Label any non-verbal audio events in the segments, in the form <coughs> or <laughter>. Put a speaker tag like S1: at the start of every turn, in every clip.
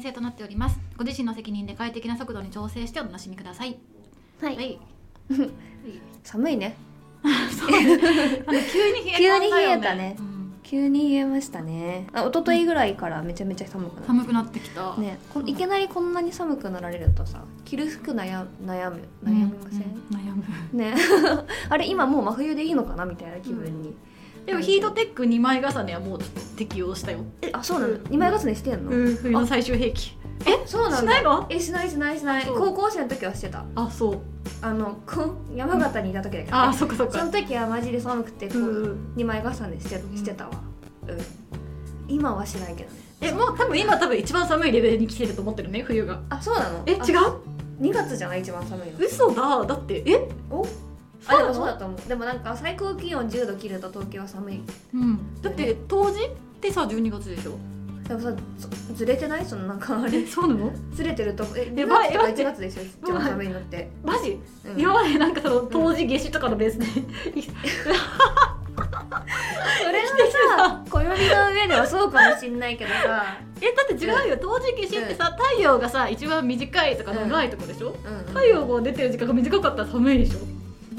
S1: 制となっておりますご自身の責任で快適な速度に調整してお楽しみください
S2: はい、 <laughs>
S1: はい、
S2: 寒いね
S1: そうですあの急に冷えたんだ
S2: 急に冷え
S1: よね
S2: たね
S1: うん
S2: 急に冷えましたねあ一昨日ぐらいからめちゃめちゃ寒くなっ
S1: 寒くなってきた、
S2: た、ね、こ
S1: うん
S2: いきなりこんなに寒くなられるとさ着る服悩む悩む
S1: うん
S2: 悩みません、
S1: 悩む
S2: ね <laughs> あれ今もう真冬でいいのかなみたいな気分に、
S1: でもヒートテック2枚重ねはもう適用したよ、
S2: えあそうなの
S1: うん
S2: 2枚重ねしてんの、
S1: うん、冬の最終兵器
S2: えそうな
S1: し
S2: んだ
S1: ないの
S2: えしないしないしない
S1: そう
S2: 高校生の時はしてた
S1: あそう
S2: あのこう山形にいた時だけど、
S1: あそっかそっ
S2: そ
S1: か
S2: の時はマジで寒くてこ
S1: う
S2: う、
S1: ん
S2: 二2枚重ねしてしてたわうん今はしないけどね
S1: えもう多分今多分一番寒いレベルに来てると思ってるね冬が
S2: あそうなの
S1: え違う
S2: 2月じゃない一番寒いの
S1: 嘘だだってえ
S2: おあ
S1: そうな
S2: で
S1: の
S2: もそうだと思うでもなんか最高気温10度切ると東京は寒い
S1: うんだって当時ってさ12月でしょ
S2: でもさそずれてないそのなんかあ
S1: <laughs>
S2: れ
S1: そうなの
S2: ずれてるとえ
S1: や
S2: 2
S1: ばい
S2: 月とか
S1: やばい
S2: 1月でしょ一番寒いのって、
S1: マジ
S2: うん
S1: 今までなんかその当時夏至とかのベースで
S2: それはさ暦の上ではそうかもしんないけどさ
S1: <laughs> えだって違うよ当時夏至ってさ太陽がさ一番短いとか長いとこでしょ
S2: うん、
S1: 太陽が出てる時間が短かったら寒いでしょ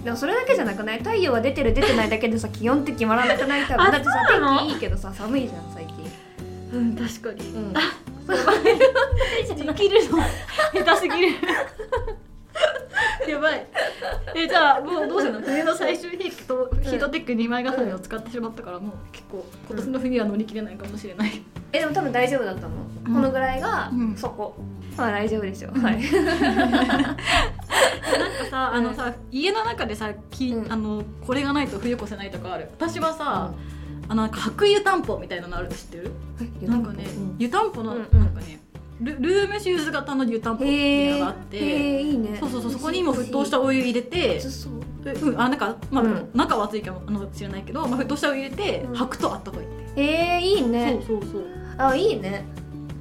S2: でもそれだけじゃなくない太陽は出てる出てないだけでさ気温って決まらなくない多
S1: あ
S2: 分だってさ
S1: そうなの
S2: 天気いいけどさ寒いじゃん最近
S1: うん確かに
S2: うん
S1: 生きるの下手すぎ <laughs> るやばいえじゃあもうどうするの冬の最終兵器とヒートテック2枚重ねを使ってしまったからもう結構今年の冬は乗り切れないかもしれない、
S2: <laughs> えでも多分大丈夫だと思う、
S1: うん
S2: このぐらいが
S1: うん
S2: そこ、まあ大丈夫でしょう、はい <laughs>
S1: なんかさあのさ家の中でさき、
S2: うん
S1: あのこれがないと冬越せないとかある私はさ、あのなんか白湯たんぽみたいなのあるの知ってる
S2: え
S1: なんかね、湯たんぽの、
S2: うんうん
S1: なんかねルルームシューズ型の湯たんぽっていう
S2: へえ
S1: のがあって
S2: へえいいね
S1: そうそうそうそこにも沸騰したお湯入れて
S2: 熱そう
S1: えうん、あなんか、まあ
S2: うん
S1: 中は熱いかもしれないけど、まあ、沸騰したを入れて、
S2: うん
S1: 履くとあったかいって、
S2: へえいいね
S1: そうそうそう
S2: あいいね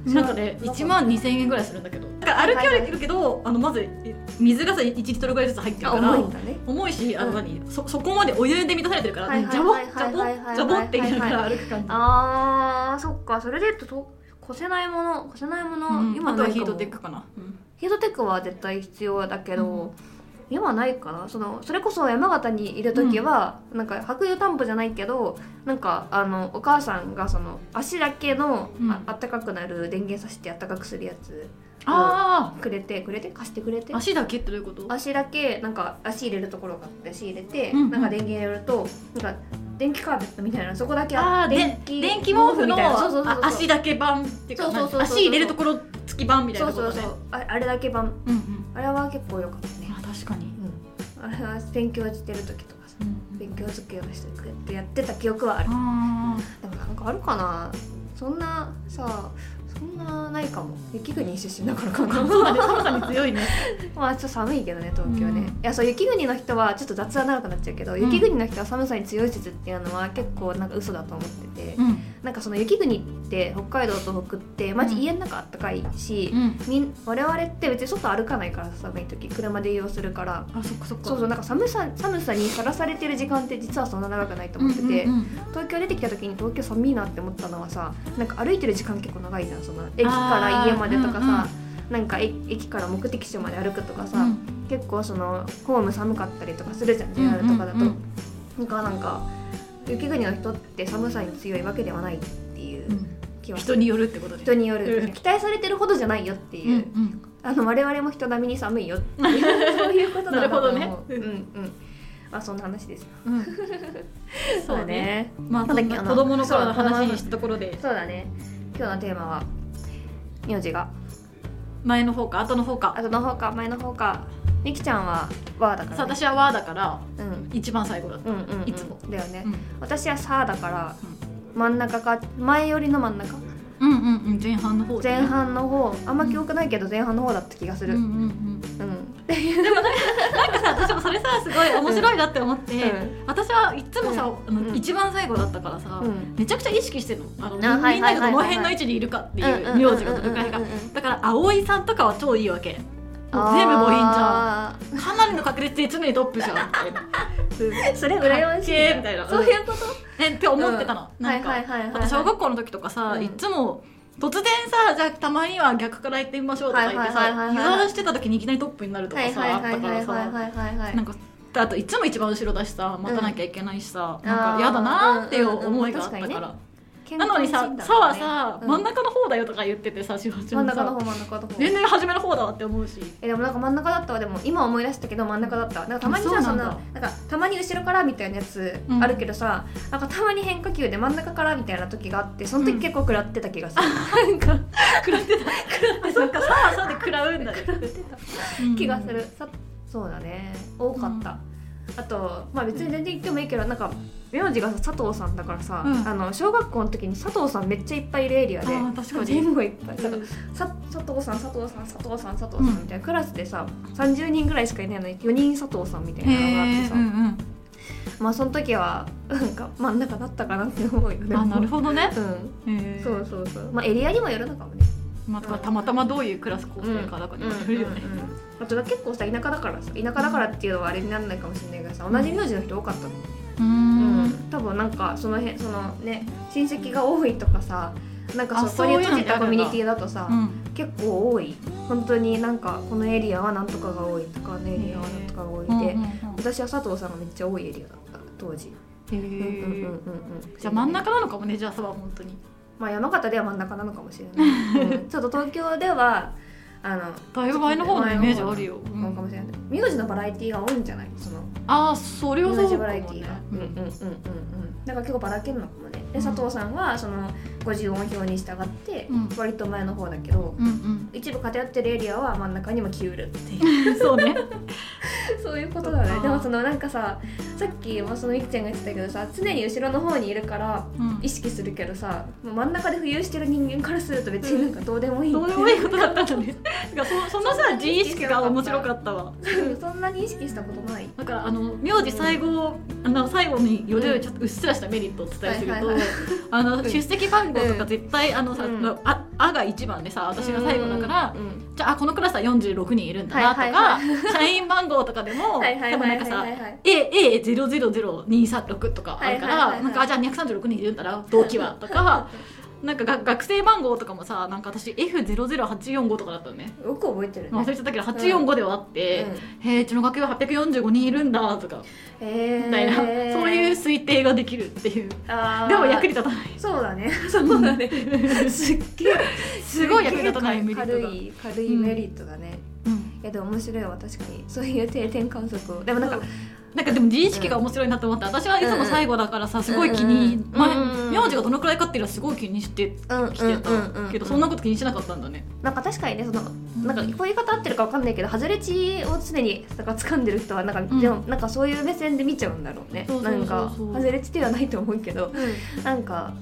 S1: なんかね
S2: そう
S1: 1万2000円ぐらいするんだけどだから歩きはできるけど、あのまずえ水がさ1リットルぐらいずつ入ってる
S2: あ
S1: から
S2: 重いんだね
S1: 重いしあの、
S2: うん
S1: 何そそこまでお湯で満たされてるから、
S2: はいはい
S1: ジャボ
S2: は
S1: ッ
S2: い
S1: ジャボ
S2: はいはいは
S1: ッ
S2: い
S1: ジャボッって言いながら歩く感じ
S2: あーそっかそれで言うとと越せないもの越せないもの、
S1: うん
S2: 今
S1: あと
S2: な
S1: は
S2: い
S1: ヒ
S2: か
S1: ート
S2: も
S1: テックかな、うん
S2: ヒートテックは絶対必要だけど、
S1: うん
S2: 今ないかなそのそれこそ山形にいる時は、なんか白湯たんぽじゃないけどなんかあのお母さんがその足だけの、
S1: うん
S2: ああったかくなる電源さしてあったかくするやつ
S1: あ
S2: くれてくれて貸してくれて
S1: あ足だけってどういうこと
S2: 足だけなんか足入れるところがあって足入れて、
S1: うんうん
S2: なんか電源入れるとなんか電気カーペットみたいなそこだけ
S1: あーで
S2: 電気
S1: 電気毛布
S2: み
S1: の
S2: たいなそうそうそうそう
S1: あ足だけ版っていうか
S2: そうそうそうそう
S1: 何足入れるところ付き版みたい
S2: そ
S1: な
S2: う
S1: こと
S2: そう
S1: ね
S2: そうああれだけ版
S1: うんうん
S2: あれは結構良かったね
S1: まあ確かに
S2: あれは勉強してる時とかさ勉強机をしてこうやってやってた記憶はある
S1: あ
S2: でもなんかあるかなそんなさそんなないかも雪国出身だからか
S1: あ
S2: な
S1: そうだね寒さに強いね
S2: まあちょっと寒いけどね東京ね、
S1: うん
S2: いやそう雪国の人はちょっと雑は長くなっちゃうけど、
S1: ん
S2: 雪国の人は寒さに強い説っていうのは結構なんか嘘だと思ってて、
S1: うん
S2: なんかその雪国って北海道と北ってマジ家の中あったかいし、
S1: うん
S2: みん我々って別に外歩かないからさ寒い時車で移動するから
S1: あそっかそっか
S2: そうそうなんか寒さ寒さにさらされてる時間って実はそんな長くないと思ってて、
S1: うんうんうん
S2: 東京出てきた時に東京寒いなって思ったのはさなんか歩いてる時間結構長いじゃんその駅から家までとかさ、なんかえ駅から目的地まで歩くとかさ、
S1: うん
S2: 結構そのホーム寒かったりとかするじゃん
S1: うん
S2: JR とかだと、
S1: うん
S2: なんかなんか雪国の人って寒さに強いわけではないっていう
S1: うん
S2: 気はす
S1: 人
S2: る、
S1: によるってことで
S2: 人による、
S1: うん
S2: 期待されてるほどじゃないよっていうう、
S1: ん
S2: あの我々も人並みに寒いよっていう
S1: <laughs>
S2: そういうことなんだと思う。
S1: なるほどね
S2: うんうん。まあそんな話ですよ。
S1: うん
S2: <laughs>
S1: うんそうねまあ
S2: ま
S1: そ
S2: だ
S1: んな
S2: あの
S1: 子供の頃の
S2: そう
S1: 話にしたところで
S2: そうだね。今日のテーマは名字が
S1: 前の方か後の方か
S2: 後の方か前の方か。みきちゃんはわーだから、ね。
S1: さあ私は「わ」だから
S2: うんうん
S1: 一番最後だった
S2: うんうん、
S1: いつも
S2: だよね。
S1: うん
S2: 私はさーだから、真ん中か前よりの真ん中
S1: うんうんうん前半の方だね
S2: 前半の方あんま記憶ないけど前半の方だった気がす
S1: うん
S2: る。う。
S1: うんんうん
S2: うん。
S1: なんかさ私もそれさすごい面白いなって思って私はいつもさあ
S2: ん
S1: の一番最後だったからさ
S2: うん
S1: めちゃくちゃ意識してるのあのみ
S2: あはい
S1: ん
S2: はい
S1: なが
S2: はいはい
S1: どの辺の位置にいるかっていう名字がどのくらいが
S2: うんうんうんうんうん
S1: だから葵さんとかは超いいわけもう全部母音じゃ
S2: あ
S1: んかなりの確率で常にトップじゃんみた
S2: <laughs>
S1: いな
S2: ーそれ羨ましい
S1: かっけ
S2: な
S1: ーみたいな
S2: そういうこと
S1: えって思ってたの、
S2: は
S1: なん
S2: い
S1: か、
S2: はいはいはい
S1: あと小学校の時とかさ、
S2: うん
S1: いつも突然さじゃあたまには逆から行ってみましょうとか言って
S2: は
S1: さ
S2: いはいはいはいはい
S1: 油断してた時にいきなりトップになるとか
S2: はい
S1: さ、
S2: はいは
S1: あっ
S2: い
S1: たか
S2: は
S1: ら
S2: い
S1: さ、
S2: はいはいはいはい
S1: なんかあといつも一番後ろだしさ待たなきゃいけないしさ、
S2: うん
S1: なんか嫌だなーっていう
S2: あーうんうんうん
S1: 思いがあったから、
S2: 確か健
S1: な
S2: 康
S1: のに
S2: 診断
S1: さ
S2: とかね
S1: 「さ」はさ、
S2: うん
S1: 真ん中の方だよとか言っててさしばちゃ
S2: 真ん
S1: ん
S2: 中の方
S1: さ
S2: 真ん中の方
S1: 全然初めの方だわって思うし
S2: えでもなんか真ん中だったわでも今思い出したけど真ん中だったわなんかたまに
S1: あ
S2: さ
S1: そ
S2: そう
S1: なん
S2: の
S1: だ
S2: なんかたまに後ろからみたいなやつ
S1: うん
S2: あるけどさ、なんかたまに変化球で真ん中からみたいな時があってその時結構食らってた気がする、
S1: <laughs>
S2: なんか
S1: 食らってた食らってそっか「さ」は「さ」で食らうんだねうん
S2: 気がする、さそうだね多かった、あとまあ別に全然言ってもいいけどなんか名字がさ佐藤さんだからさ、
S1: うん
S2: あの小学校の時に佐藤さんめっちゃいっぱいいるエリアで
S1: あー確かに
S2: 前後いっぱいだから
S1: うん
S2: さ佐藤さん佐藤さん佐藤さん佐藤さんみたいな、クラスでさ30人ぐらいしかいないのに4人佐藤さんみたいなのがあって
S1: へー
S2: さ、
S1: うん
S2: まあその時はなんか真ん中だったかなって思うよ
S1: う
S2: ね
S1: んあなるほどね
S2: うん
S1: へー
S2: そうそうそうまあエリアにもよるのかもね
S1: まあ、だからたまたまどういうクラス構成かだからにもよるよね、
S2: うんうんうんあと結構さ田舎だからさ田舎だからっていうのはあれにならないかもしれないけどさ同じ名字の人多かったの、
S1: うん
S2: 多分なんかその辺そのね親戚が多いとかさなんか
S1: あ
S2: そこに
S1: そういう
S2: 閉
S1: のっ
S2: じ
S1: て
S2: た
S1: あるんだ
S2: コミュニティだとさ
S1: うん
S2: 結構多い本当になんかこのエリアはなんとかが多いとかあのエリアはなんとかが多いで、
S1: うんうんうん
S2: 私は佐藤さんがめっちゃ多いエリアだった当時、う
S1: へ
S2: んうんうんうんう
S1: ー
S2: ん
S1: じゃあ真ん中なのかもねじゃあさは本当に
S2: まあ山形では真ん中なのかもしれない、
S1: <laughs>
S2: うんちょっと東京ではあの
S1: だいぶ前の方のイメージあるよ、う
S2: なのか
S1: ん
S2: もしれない名字のバラエティが多いんじゃないその
S1: ああそれは
S2: 同
S1: そ
S2: じ
S1: う
S2: バ
S1: かも
S2: ラエ
S1: ね
S2: ティが、
S1: う
S2: うんんうんうんうんうんだから結構ばらけるのかもね
S1: う
S2: で
S1: ん
S2: 佐藤さんはその50音表に従って
S1: うん
S2: 割と前の方だけど、
S1: うん
S2: 一部偏ってるエリアは真ん中にもキュールっていう
S1: <laughs> うん、そうね
S2: そういうことだ
S1: そっ
S2: ね
S1: か
S2: でもそのなんかささっきもそのみきちゃんが言ってたけどさ常に後ろの方にいるから
S1: うん
S2: 意識するけどさもう真ん中で浮遊してる人間からすると別になんかどうでもいい、
S1: どうでもいいことだったんだねてかそそのさ自意識が面白かったわ
S2: <laughs> そんなに意識したことない
S1: だからあの名字最後あの最後によ
S2: うん
S1: るちょっとうっすらしたメリットをお伝えすると、
S2: はいはいはい
S1: あの出席番号と
S2: う
S1: か
S2: ん
S1: 絶対あのさ、
S2: うん
S1: ああが一番でさ私が最後だから、
S2: うんうん
S1: じゃああこのクラスは46人いるんだなとか、
S2: はいはい
S1: 社員番号とかで
S2: <laughs>
S1: も
S2: はいはい
S1: 多
S2: は
S1: 分
S2: い
S1: な
S2: は
S1: ん
S2: い
S1: か
S2: は
S1: さ
S2: いはい
S1: AA00236 とかあるから、
S2: はいはいはいはい
S1: なんかあじゃあ236人いるんだな同期はとかなんかが学生番号とかもさなんか私 F00845 とかだったのね
S2: よく覚えてるね、
S1: 忘れちゃったけど845ではあって、へえうちの学友845人いるんだとか
S2: うんえー、
S1: みたいな、そういう推定ができるっていう
S2: あー
S1: でも役に立たない
S2: そうだね <laughs> そうだ
S1: <laughs>
S2: ねすっげえ
S1: すごい役に立たないメリットだ
S2: 軽い軽いメリットだね、
S1: うん
S2: いやでも面白いわ確かにそういう定点観測をでもなんか
S1: なんかでも自意識が面白いなと思って私はいつも最後だからさすごい気に、
S2: うん
S1: まあ
S2: うん
S1: 名字がどのくらいかっていうのはすごい気にして
S2: うん
S1: きてた
S2: うんうんうん
S1: けどそんなこと気にしなかったんだね
S2: なんか確かにねその
S1: うん
S2: なんかこういう方合ってるかわかんないけど外れ値を常になんか掴んでる人はなんか、
S1: ん
S2: でもなんかそういう目線で見ちゃうんだろうね
S1: そうそうそう
S2: な
S1: そう
S2: んか外れ値ではないと思うけどなんか、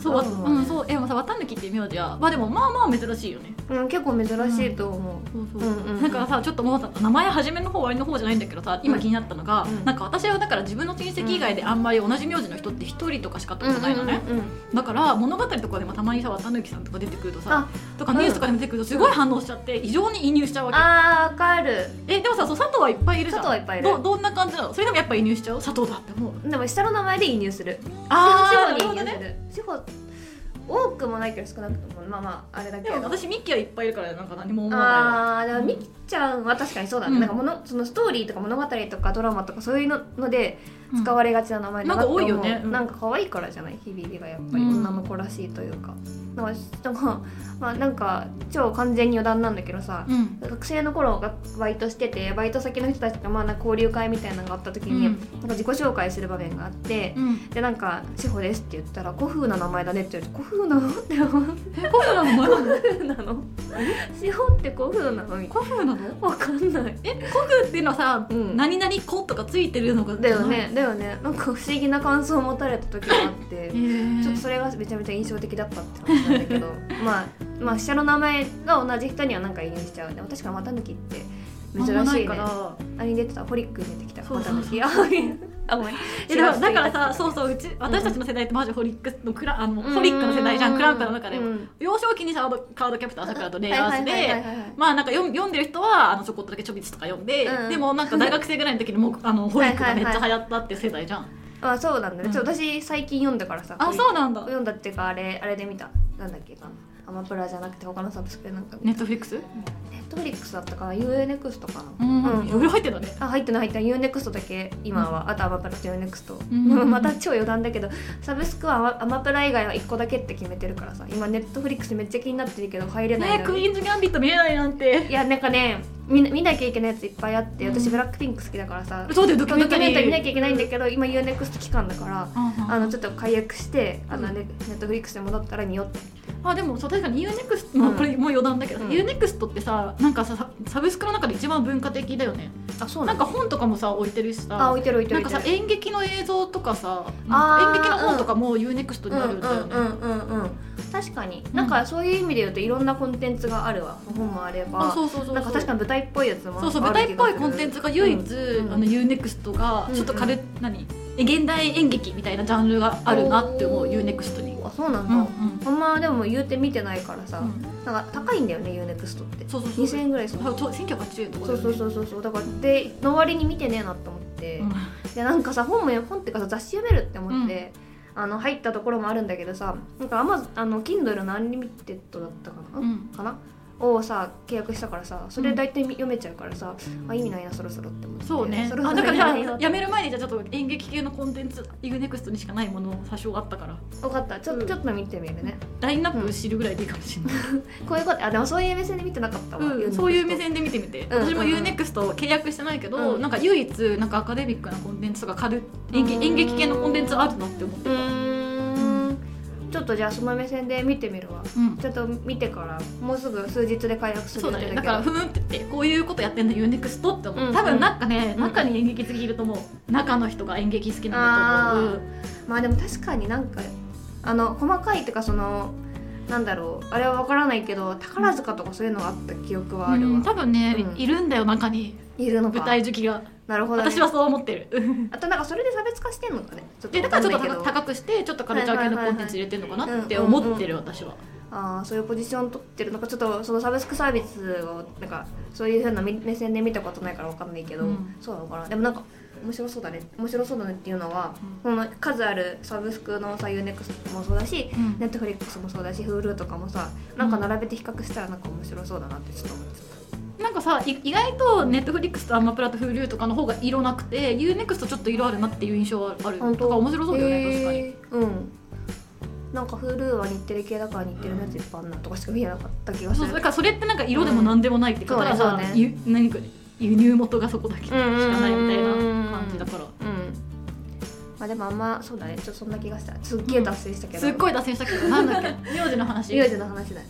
S1: そうわ
S2: そう
S1: う
S2: だね
S1: んそうえまあさ綿貫っていう名字はまあでもまあまあ珍しいよね
S2: うん、結構珍しいと思
S1: そうそう
S2: うんうんうん
S1: なんかさちょっともうさ名前初めの方終わりの方じゃないんだけどさ今気になったのが、
S2: うん
S1: なんか私はだから自分の親戚以外であんまり同じ名字の人って一人とかしか会っ
S2: う、
S1: たことないのね、
S2: うんうんうん
S1: だから物語とかでもたまにさ綿貫さんとか出てくると
S2: あ
S1: さとかニュースとかでも出てくるとすごい反応しちゃって異常に移入しちゃうわけ
S2: あーわかる
S1: えでもさそう佐藤はいっぱいいるじゃん
S2: 佐藤はいっぱいいる
S1: どどんな感じなのそれでもやっぱ移入しちゃう佐藤だって思う
S2: でも下の名前で移入する地
S1: ーなる
S2: 方
S1: ほ
S2: に移
S1: ど
S2: 入す
S1: ね
S2: る地方多くもないけど少なくともまあまああれだけ
S1: で
S2: ど
S1: も私ミッキーはいっぱいいるからなんか何も思わないわ
S2: あーでもみきちゃんは確かにそうだね、
S1: うん
S2: なんかものそのストーリーとか物語とかドラマとかそういうのので使われがちな名前だって思う
S1: なんか多いよねうん
S2: なんか可愛いからじゃない日々がやっぱり
S1: うん
S2: 女の子らしいというか、なんかなんかまあなんか超完全に余談なんだけどさ、
S1: うん、うん
S2: 学生の頃がバイトしててバイト先の人たちがまあなんか交流会みたいなのがあった時に、
S1: うん
S2: なんか自己紹介する場面があって、
S1: うん、
S2: でなんか「志保です」って言ったら「古風な名前だね」って言われて「古風なの?」って
S1: え古風なのまだ <laughs>
S2: 古風なの志保って古風なのみたい
S1: 古風なの
S2: なわかんない
S1: え古風っていうのはさ、
S2: うん
S1: 何々子とかついてるのが
S2: だよねだよねなんか不思議な感想を持たれた時があって
S1: へー
S2: ちょっとそれがめちゃめちゃ印象的だったって話なんだ
S1: <laughs>
S2: けどまあまあ下の名前が同じ人にはなんか移入しちゃうんで確かに綿貫って珍
S1: あんま
S2: し
S1: ない
S2: ね
S1: から
S2: あれ出てたホリックに出てきた
S1: そう
S2: 綿
S1: そう
S2: 貫
S1: そ
S2: <laughs>
S1: う
S2: あごめんあ <laughs> ごめん
S1: えだからだからさそうそううち私たちの世代ってマジホリックのクラあのホリックの世代じゃんクランプの中でも、
S2: も
S1: 幼少期にさカードキャプターさくらとレイアー
S2: はい
S1: ス
S2: はい
S1: で
S2: はいはいはい
S1: まあなんか読ん読んでる人はあのちょこっとだけちょびっととか読んで、
S2: うん
S1: でもなんか大学生ぐらいの時にもうあのホリックがめっちゃ流行ったって世代じゃん、
S2: あそうなんだねちょっと私最近読んだからさ
S1: あそうなんだ
S2: 読んだっていうかあれあれで見たなんだっけかなあマプラじゃなくて他のサブスクでなんか
S1: ネ
S2: ネ
S1: ットフリックス
S2: ットフリックスだったかな UNEXT かな、
S1: うんいろいろ入ってたね
S2: あ入ってない入ってない UNEXT だけ今は、あとアマプラと UNEXT、
S1: う
S2: <laughs>
S1: ん
S2: また超余談だけどサブスクはアマアマプラ以外は1個だけって決めてるからさ今ネットフリックスめっちゃ気になってるけど入れない
S1: ね
S2: の
S1: ク
S2: に
S1: イーンズ・ギャンビット見れないなんて
S2: いやなんかね見な見なきゃいけないやついっぱいあって私、
S1: うん
S2: ブラックピンク好きだからさ
S1: そうだよド
S2: ド
S1: キ
S2: キ
S1: ュ
S2: ュ
S1: メ
S2: メ
S1: ン
S2: ン
S1: タ
S2: タリ
S1: リー
S2: ー見なきゃいけないんだけど今 UNEXT 期間だからあ
S1: あ
S2: のちょっと解約してあの、
S1: うん
S2: ねネットフリックスで戻ったら見ようって
S1: あでもさ確かに UNEXT まあ
S2: うん
S1: これもう余談だけど、
S2: うん
S1: UNEXT ってさなんかさササブスクの中で一番文化的だよね
S2: あそう
S1: なん
S2: か
S1: か本とかもさ置いてるし
S2: あ
S1: さ
S2: 置いてる置いて
S1: な
S2: る
S1: んかさ
S2: 置いてる
S1: 演劇の映像とかさなんか演劇の本とかも UNEXT になるんだよね、
S2: うんうんうんうんうん確かに、なんかそういう意味で言うといろんなコンテンツがあるわ本もあれば
S1: あそうそうそうそう
S2: なんか確かに舞台っぽいやつもあ
S1: そ
S2: る
S1: うそう
S2: 気
S1: 舞
S2: がする
S1: 台っぽいコンテンツが唯一、
S2: うん
S1: あの UNEXT が
S2: うん
S1: ちょっと軽、何現代演劇みたいなジャンルがあるなって思う UNEXT に、
S2: あそうなん
S1: う
S2: だ、
S1: んうん
S2: あんまでも言うて見てないからさ、
S1: うん
S2: なんか高いんだよね UNEXT って
S1: そうそうそう
S2: 2000円ぐらいする
S1: あと1980円とかだ
S2: そ
S1: よ
S2: う
S1: ね
S2: そうそうそうそうだからでの割に見てねえなと思って、
S1: うん
S2: でなんかさ本もや本っていうかさ雑誌読めるって思って、あの入ったところもあるんだけどさなんかあまあの Kindle のアンリミテッドだったかな、
S1: うん
S2: かなをさ契約したからさそれ大体み読めちゃうからさ、あ意味ないなそろそろって思って
S1: そうね。
S2: そろそ
S1: あ
S2: ろ
S1: だからじゃあ
S2: やめよう
S1: やめる前にじゃあちょっと演劇系のコンテンツ UNEXT にしかないものを多少あったから
S2: 分かったちょ,、
S1: うん
S2: ちょっと見てみるね
S1: ラインナップ知るぐらいでいいかもしれない。
S2: こういうことあでもそういう目線で見てなかったわ、
S1: うん
S2: Unext
S1: そういう目線で見てみて。
S2: うん
S1: 私も
S2: うんうん
S1: UNEXT 契約してないけど、
S2: うん
S1: なんか唯一なんかアカデミックなコンテンツとか軽い演
S2: う
S1: 劇
S2: ん
S1: 演劇系のコンテンツあるなって思って
S2: う
S1: た。
S2: ーんちょっとじゃあその目線で見てみるわ
S1: うん。
S2: ちょっと見てからもうすぐ数日で解約する
S1: そうだ
S2: 予
S1: ね。
S2: 定
S1: だから
S2: け
S1: ふーんって言ってこういうことやってんの UNEXT って思
S2: う
S1: う。
S2: ん
S1: 多分なんかね、
S2: うん
S1: 中に演劇好きいると思う。中の人が演劇好きなんだと思
S2: ど
S1: う。
S2: まあでも確かになんかあの細かいとかそのなんだろうあれは分からないけど宝塚とかそういうのがあった記憶はあるわ、
S1: うん多分ね、
S2: うん
S1: いるんだよ中に
S2: いるのか
S1: 舞台好きが。
S2: なるほど、ね、
S1: 私はそう思ってる。 <laughs>
S2: あとなんかそれで差別化してんのかねちょっと
S1: で
S2: わ
S1: だからちょっ
S2: んないけ
S1: と
S2: ど
S1: 高くしてちょっとカルチャー系のコンテンツ入れてるのかなって
S2: はいはいはい
S1: 思ってる私は。
S2: あーそういうポジション取ってるのかちょっとそのサブスクサービスをなんかそういうふうな目目線で見たことないから分かんないけど、
S1: うん
S2: そうなのかなでもなんか面白そうだね面白そうだねっていうのは、この数あるサブスクのさ UNEXT もそうだし、
S1: うん
S2: ネットフリックスもそうだし Hulu とかもさなんか並べて比較したらなんか面白そうだなってちょっと思って
S1: なんかさい意外とネットフリックスとアマプラと Hulu とかの方が色なくて UNEXT ちょっと色あるなっていう印象はある
S2: た本
S1: と
S2: 当
S1: か面白そうだよね確かに。
S2: 確かにうんなんか Hulu は日テレ系だから日テレのやついっぱいあんなとかしか見えなかった気がす
S1: そう
S2: る
S1: そうだからそれってなんか色でも何でもないっていうか、
S2: うん
S1: たださ、
S2: そうね
S1: ゆ何か輸入元がそこだけしか
S2: うんうんうんうん
S1: ないみたいな感じだか
S2: う
S1: ら。
S2: んまあでもあんまそうだねちょっとそんな気がしたすっげえ脱線したけど、
S1: すっごい脱線したけどなんだっけ名字の
S2: <laughs>
S1: 話
S2: 名字の話だね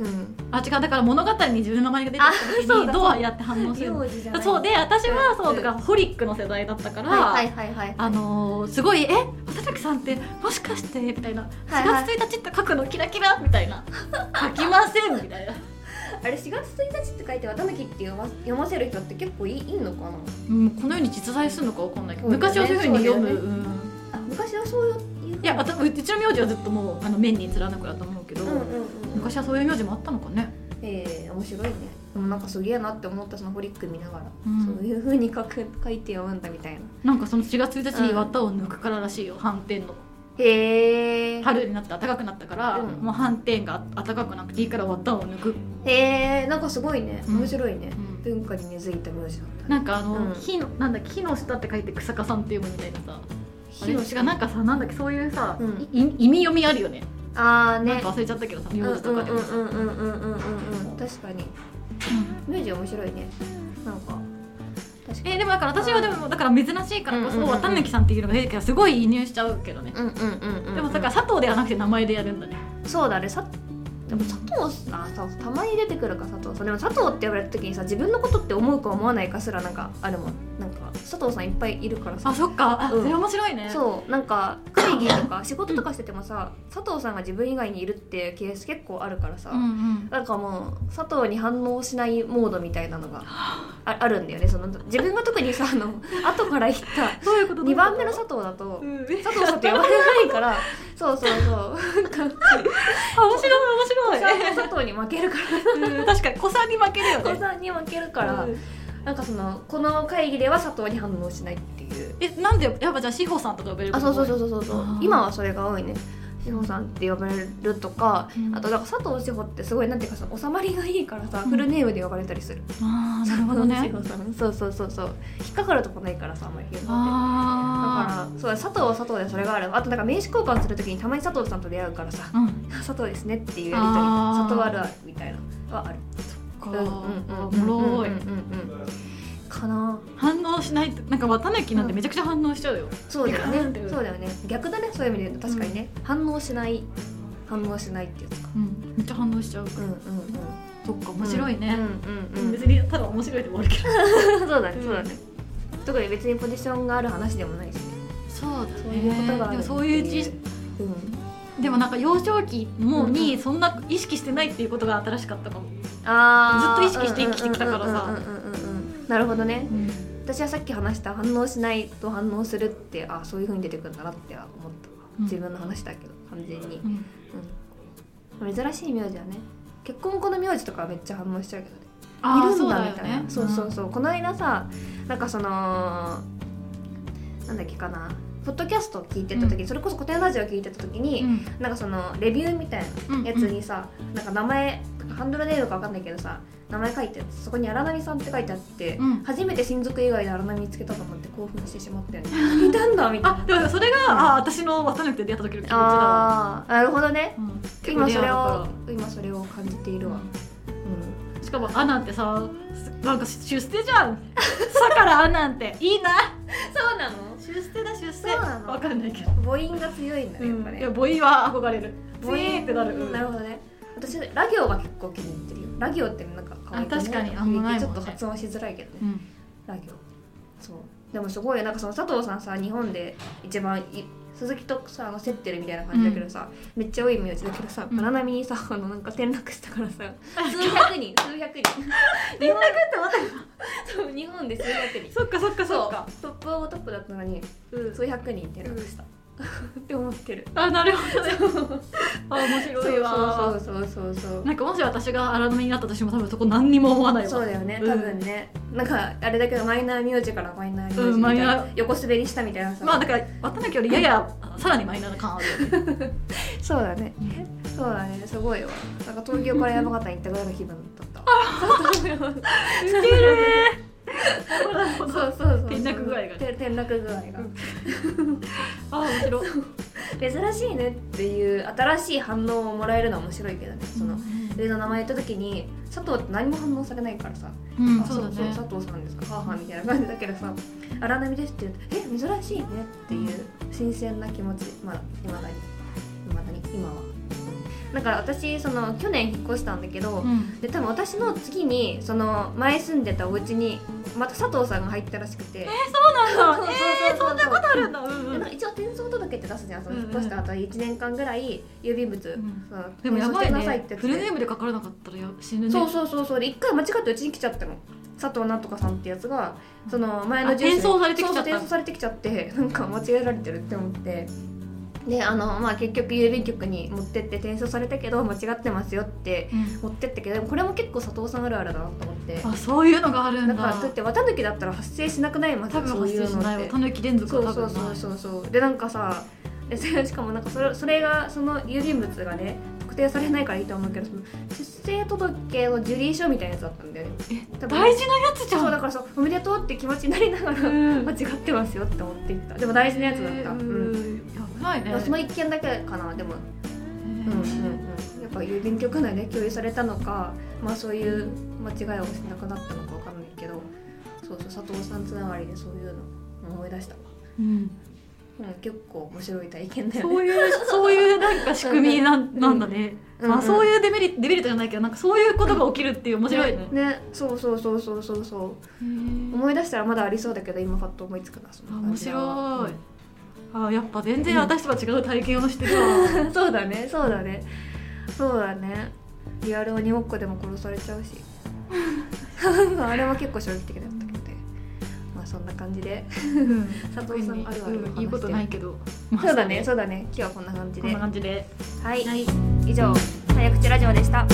S2: うん
S1: あ違うだから物語に自分の名前が出てきた
S2: あそ
S1: 時
S2: う
S1: に
S2: だ
S1: どうやって反応するの
S2: 名字じゃない
S1: そうで私はそううんだからホリックの世代だったから、
S2: はいはいはいはい
S1: あのーすごい「え綿貫さんってもしかして」みたいな「
S2: はい
S1: 4月1日って書くのキラキラ」みた
S2: <laughs>
S1: いな「書きません」みたいな
S2: あれ4月1日って書いて綿貫って読ま読ませる人って結構いいいんのかな
S1: うんこの世に実在するのかわかんないけど、
S2: うん
S1: 昔はそういうふうに読む、
S2: そうだ
S1: うん
S2: あ昔はそういう
S1: いや私うちの名字はずっともうあの面に貫くだと思うけど、
S2: うんうんうん
S1: 昔はそういう名字もあったのかね
S2: ええ面白いねでもなんかすげえなって思ったそのホリック見ながら、
S1: うん
S2: そういう風に書く書いて読むんだみたいな
S1: なんかその4月1日に綿を抜くかららしいよ、斑点の
S2: へえ
S1: 春になって暖かくなったから、
S2: うん
S1: もう斑点が暖かくなくていいから綿を抜く、
S2: へえんかすごいね
S1: うん
S2: 面白いね、
S1: うん
S2: 文化に根付いた名字だったね
S1: なんかあの、
S2: うん
S1: 火のなんだっけ火の下って書いて草加さんって読むみたいなさあ
S2: 火
S1: れ
S2: の
S1: 違うなんかさなんだっけそういうさ、
S2: うん
S1: い意味読みあるよね
S2: ああね
S1: なんか忘れちゃったけどさ名
S2: うんうん
S1: 字とかで
S2: う
S1: も
S2: んうんうんうんうんうん確かに名字面白いねなんか確か
S1: え
S2: に
S1: ーでもだから私はでもだから珍しいからこ
S2: うん
S1: そ
S2: うんうんうん
S1: 綿貫さんっていうのが出てきたらすごい移入しちゃうけどね
S2: うんうんうんうん
S1: でもだから佐藤ではなくて名前でやるんだね
S2: そうだねさでも佐藤あさたまに出てくるか佐藤さんでも佐藤って呼ばれた時にさ自分のことって思うか思わないかすらなんかあるもんなんか佐藤さんいっぱいいるから
S1: あ
S2: さ
S1: そっかあ
S2: うん
S1: それ面白いね
S2: そうなんか会議とか仕 <coughs> 事とかしててもさ佐藤さんが自分以外にいるってケース結構あるからさ、
S1: うんうん
S2: なんかもう佐藤に反応しないモードみたいなのがああるんだよねその自分が特にさあの後から言 <laughs> った
S1: どういうこと
S2: 2番目の佐藤だと
S1: うん
S2: 佐藤さんって呼ばれないからそうそうそうなんか
S1: あ面白い面
S2: <laughs>
S1: 白い
S2: 佐藤に負けるか
S1: うん確かに子さんに負けるよね
S2: ら小さんに負けるから
S1: うん
S2: なんかそのこの会議では佐藤に反応しないっていう
S1: えなんでやっぱじゃあ志保さんとか呼べる
S2: あそうそうそううそうそうそう
S1: あー
S2: 今はそれが多いね志保さんって呼ばれるとか、
S1: うん
S2: あとなんか佐藤志保ってすごいなんていうかその収まりがいいからさ、
S1: うん
S2: フルネームで呼ばれたりする
S1: ああなるほどね
S2: 佐藤志保さんそうそうそうそう引っかかるとこないからさあんまり言うのって
S1: あ
S2: だからそう佐藤は佐藤でそれがあるあとなんか名刺交換するときにたまに佐藤さんと出会うからさ
S1: あうん
S2: 「佐藤ですね」っていうやりとり
S1: あー
S2: 佐藤あるあるみたいなのはある
S1: か
S2: うん
S1: お
S2: うんうん
S1: もろい
S2: うんうんうんうんかな
S1: 反応しないとなんか綿貫なんてめちゃくちゃ反応しちゃうよ
S2: そうだよ
S1: いいかなってい
S2: ね
S1: う
S2: そうだよね逆だねそういう意味で言うと確かにね、反応しない反応しないっていうやつか
S1: うんめっちゃ反応しちゃう
S2: うんうんうん
S1: そっか面白い
S2: うん
S1: ね
S2: うんうん、
S1: 別にただ面白いで終わるけど
S2: そうだねそうだね、特に別にポジションがある話でもないしね
S1: そうだ
S2: そういうことがある
S1: でも
S2: って
S1: そういうじ
S2: うん、
S1: でもなんか幼少期も
S2: うん
S1: にそんな意識してないっていうことが新しかったかも
S2: あー
S1: ずっと意識して生きてきたからさ
S2: うんうんうんうんうんうんなるほどね私はさっき話した反応しないと反応するってあそういう風に出てくるんだなって思ったわ
S1: うん
S2: 自分の話だけど完全に
S1: う、ん
S2: うん、珍しい名字はね結婚後の名字とかはめっちゃ反応しちゃうけどね
S1: あー
S2: いるんだみ
S1: そう
S2: た
S1: だ
S2: い
S1: よ
S2: な
S1: ね
S2: そう,、そうそうこの間さなんかそのなんだっけかなポッドキャストを聞いてた時に、それこそ古典ラジオを聞いてた時に、
S1: うん
S2: なんかそのレビューみたいなやつにさ、なんか名前ハンドルネームか分かんないけどさ名前書いてあってそこに荒波さんって書いてあって、
S1: うん
S2: 初めて親族以外で荒波見つけたと思って興奮してしまったよ
S1: <laughs>
S2: ねいたんだみたいな
S1: あでもそれ
S2: うん
S1: があ私の綿貫と出会った時の気持ちだわ
S2: あーなるほどね
S1: うん
S2: 今それ
S1: 結構
S2: を
S1: レ
S2: 今それを感じてい
S1: アだ
S2: る
S1: か
S2: わ
S1: ら、
S2: うん
S1: しかも「あ」なんてさすなんかし出世じゃん「さ」から「あ」なんていいな
S2: そうなの
S1: 出世だ出世
S2: そうなの
S1: わかんないけど、
S2: 母音が強いんだねやっぱ
S1: いや
S2: ね、
S1: 母音は憧れる
S2: 母音
S1: 母音ってなる、うん
S2: なるほどね私ラ行が結構気に入ってるよラ行ってなんか可愛い、ね、
S1: あ確かにあんまない
S2: ち
S1: も
S2: ょ
S1: ん
S2: っ
S1: ね
S2: と発音しづらいけどね、
S1: うん
S2: ラ行そうでもすごいよなんかその佐藤さんさ日本で一番い鈴木とさあの競ってるみたいな感じだけどさ、めっちゃ多い名字だけどさ
S1: うん
S2: バナナミにさあのなんか転落したからさ数百人数百人
S1: 連絡ってまた
S2: そう <laughs> 日本で数百人
S1: そっかそっかそっか
S2: トップオブトップだったのに数百人転落した、って思ってる
S1: あなるほどねあ面白いわ
S2: そうそうそうそうそう
S1: なんかもし私が荒波になったとしても多分そこ何にも思わないわ
S2: そうだよね
S1: うん
S2: 多分ね、なんかあれだけどマイナーミュージからマイナーミュージ
S1: うん
S2: みたい
S1: マ
S2: な、
S1: イナー
S2: 横滑りしたみたいなさ、
S1: まあだから渡辺よりややさらにマイナーな感あるよね
S2: そうだねそうだねすごいわなんか東京から山形に行ったぐらいの気分だ
S1: <laughs>
S2: った
S1: ウケるね
S2: <laughs> そうそうそうそう
S1: 転落具合がね
S2: て転落具合が、
S1: うんあ面白い
S2: 珍しいねっていう新しい反応をもらえるのは面白いけどねその上の名前言った時に佐藤って何も反応されないからさ「
S1: うん
S2: あ
S1: そうだね
S2: 佐藤さんですかはあはあ」みたいな感じだけどさ「荒波です」って言うと「え珍しいね」っていう新鮮な気持ちまあいまだにいまだに今はうんだから私その去年引っ越したんだけど、
S1: うん
S2: で多分私の次にその前住んでたお家にまた佐藤さんが入ったらしくて
S1: そう
S2: そう
S1: えー
S2: そうそうそう
S1: そんなことあるんだうん
S2: で
S1: うん
S2: なんか一応転送届って出すじゃんその
S1: うん
S2: 引っ越した後1年間ぐらい郵便物、
S1: うん
S2: その
S1: でもやば
S2: 転送し
S1: い
S2: てくださいっ
S1: ね
S2: て
S1: フルネー
S2: ム
S1: ムで書かれなかったらや死ぬね
S2: そうそうそうそうで一回間違ってうちに来ちゃったの佐藤なんとかさんってやつがその前の
S1: あ転送されてきちゃった
S2: そうそう転送されてきちゃってなんか間違えられてるって思ってであのまあ結局郵便局に持ってって転送されたけど間違ってますよって
S1: うん
S2: 持ってったけどでもこれも結構佐藤さんあるあるだなと思って
S1: あそういうのがあるん
S2: だ
S1: だ
S2: からそうやって綿抜きだったら発生しなくないまず
S1: 多分発生しない
S2: そういうのっ
S1: わ
S2: て
S1: たぬき連続
S2: そ
S1: は
S2: う
S1: 多
S2: そう
S1: 分ない
S2: そうそうそうでなんかさでそれしかもなんかそれそれがその郵便物がね特定されないからいいと思うけどその出生届の受理書みたいなやつだったんだよね多分
S1: 大事なやつじゃん
S2: そうだからそうおめでとうって気持ちになりながら、
S1: うん
S2: 間違って <laughs> ますよって思っていったでも大事なやつだった、うん
S1: んやばいね
S2: その一件だけかなでも、うんうんうん、やっぱ郵便局内で共有されたのかまあそういう間違いをしなくなったのかわかんないけどそうそう佐藤さんつながりでそういうの思い出したわ
S1: うん
S2: うん、結構面白い体験だよね。
S1: そういうそういうなんか仕組みなんなんだね、
S2: うん
S1: ま
S2: う
S1: あ、
S2: ん
S1: そういうデメリットデメリットじゃないけどなんかそういうことが起きるっていう面白いね
S2: ねそうそうそうそうそうそう。
S1: へ
S2: 思い出したらまだありそうだけど今パッと思いつくなそ
S1: ーあ
S2: の
S1: 面
S2: 感じは
S1: 白い、あやっぱ全然私とは違う体験をしてさ、
S2: うんそうだねそうだねそうだね。リアル鬼ごっこでも殺されちゃ
S1: <laughs>
S2: うし。あれは結構衝撃的だったけどね。まあそんな感じで。
S1: うん
S2: 佐藤さんあるある
S1: うんいいことないけど、まあ
S2: そうだねそうだね。今日はこんな感じ
S1: こん
S2: で。
S1: な感じで
S2: はい
S1: はい
S2: 以上早口ラジオでした。